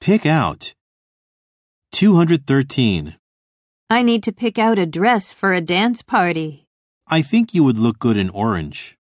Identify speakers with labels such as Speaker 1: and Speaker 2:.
Speaker 1: Pick out. 213.
Speaker 2: I need to pick out a dress for a dance party.
Speaker 1: I think you would look good in orange.